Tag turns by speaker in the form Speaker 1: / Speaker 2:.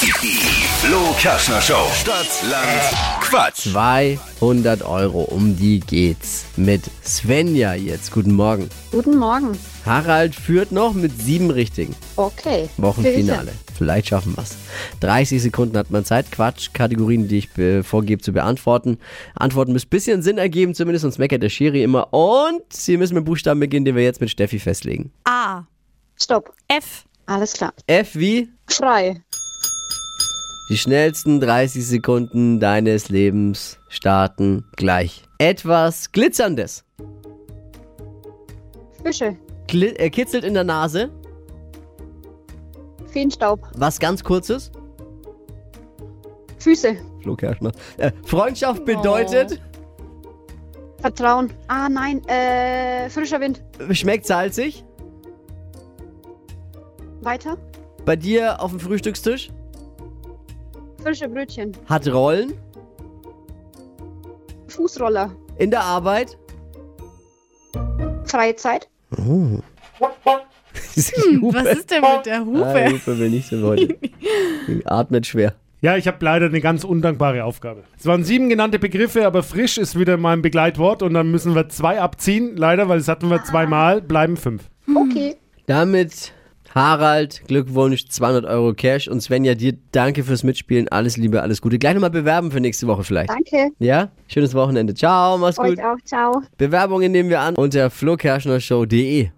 Speaker 1: Die Flo Kaschner Show. Stadt, Land, Quatsch.
Speaker 2: 200 Euro, um die geht's. Mit Svenja jetzt. Guten Morgen.
Speaker 3: Guten Morgen.
Speaker 2: Harald führt noch mit sieben richtigen.
Speaker 3: Okay.
Speaker 2: Wochenfinale. Vielleicht schaffen wir's. 30 Sekunden hat man Zeit. Quatsch, Kategorien, die ich äh, vorgebe zu beantworten. Antworten müssen ein bisschen Sinn ergeben, zumindest sonst meckert der Schiri immer. Und Sie müssen mit Buchstaben beginnen, den wir jetzt mit Steffi festlegen.
Speaker 4: A.
Speaker 3: Stopp.
Speaker 4: F.
Speaker 3: Alles klar.
Speaker 2: F wie
Speaker 3: Frei.
Speaker 2: die schnellsten 30 Sekunden deines Lebens starten gleich. Etwas Glitzerndes.
Speaker 3: Fische.
Speaker 2: Gli äh, kitzelt in der Nase.
Speaker 3: Feenstaub.
Speaker 2: Was ganz Kurzes.
Speaker 3: Füße.
Speaker 2: Flo Kerschner. Äh, Freundschaft bedeutet,
Speaker 3: Vertrauen. Ah, nein. Äh, frischer Wind.
Speaker 2: schmeckt salzig.
Speaker 3: Weiter.
Speaker 2: Bei dir auf dem Frühstückstisch.
Speaker 3: Frische Brötchen.
Speaker 2: Hat Rollen.
Speaker 3: Fußroller.
Speaker 2: In der Arbeit.
Speaker 3: Freie Zeit. Hm,
Speaker 4: Was ist denn mit der
Speaker 2: Ah,
Speaker 4: Hupe?
Speaker 2: Hupe will nicht so heute. Atmet schwer.
Speaker 5: Ja, ich habe leider eine ganz undankbare Aufgabe. Es waren sieben genannte Begriffe, aber frisch ist wieder mein Begleitwort und dann müssen wir zwei abziehen. Leider, weil das hatten wir zweimal, bleiben fünf.
Speaker 3: Okay.
Speaker 2: Damit Harald, Glückwunsch, 200 Euro Cash und Svenja, dir danke fürs Mitspielen. Alles Liebe, alles Gute. Gleich nochmal bewerben für nächste Woche vielleicht.
Speaker 3: Danke.
Speaker 2: Ja? Schönes Wochenende. Ciao, mach's gut.
Speaker 3: Euch auch. Ciao.
Speaker 2: Bewerbungen nehmen wir an unter flokerschnershow.de.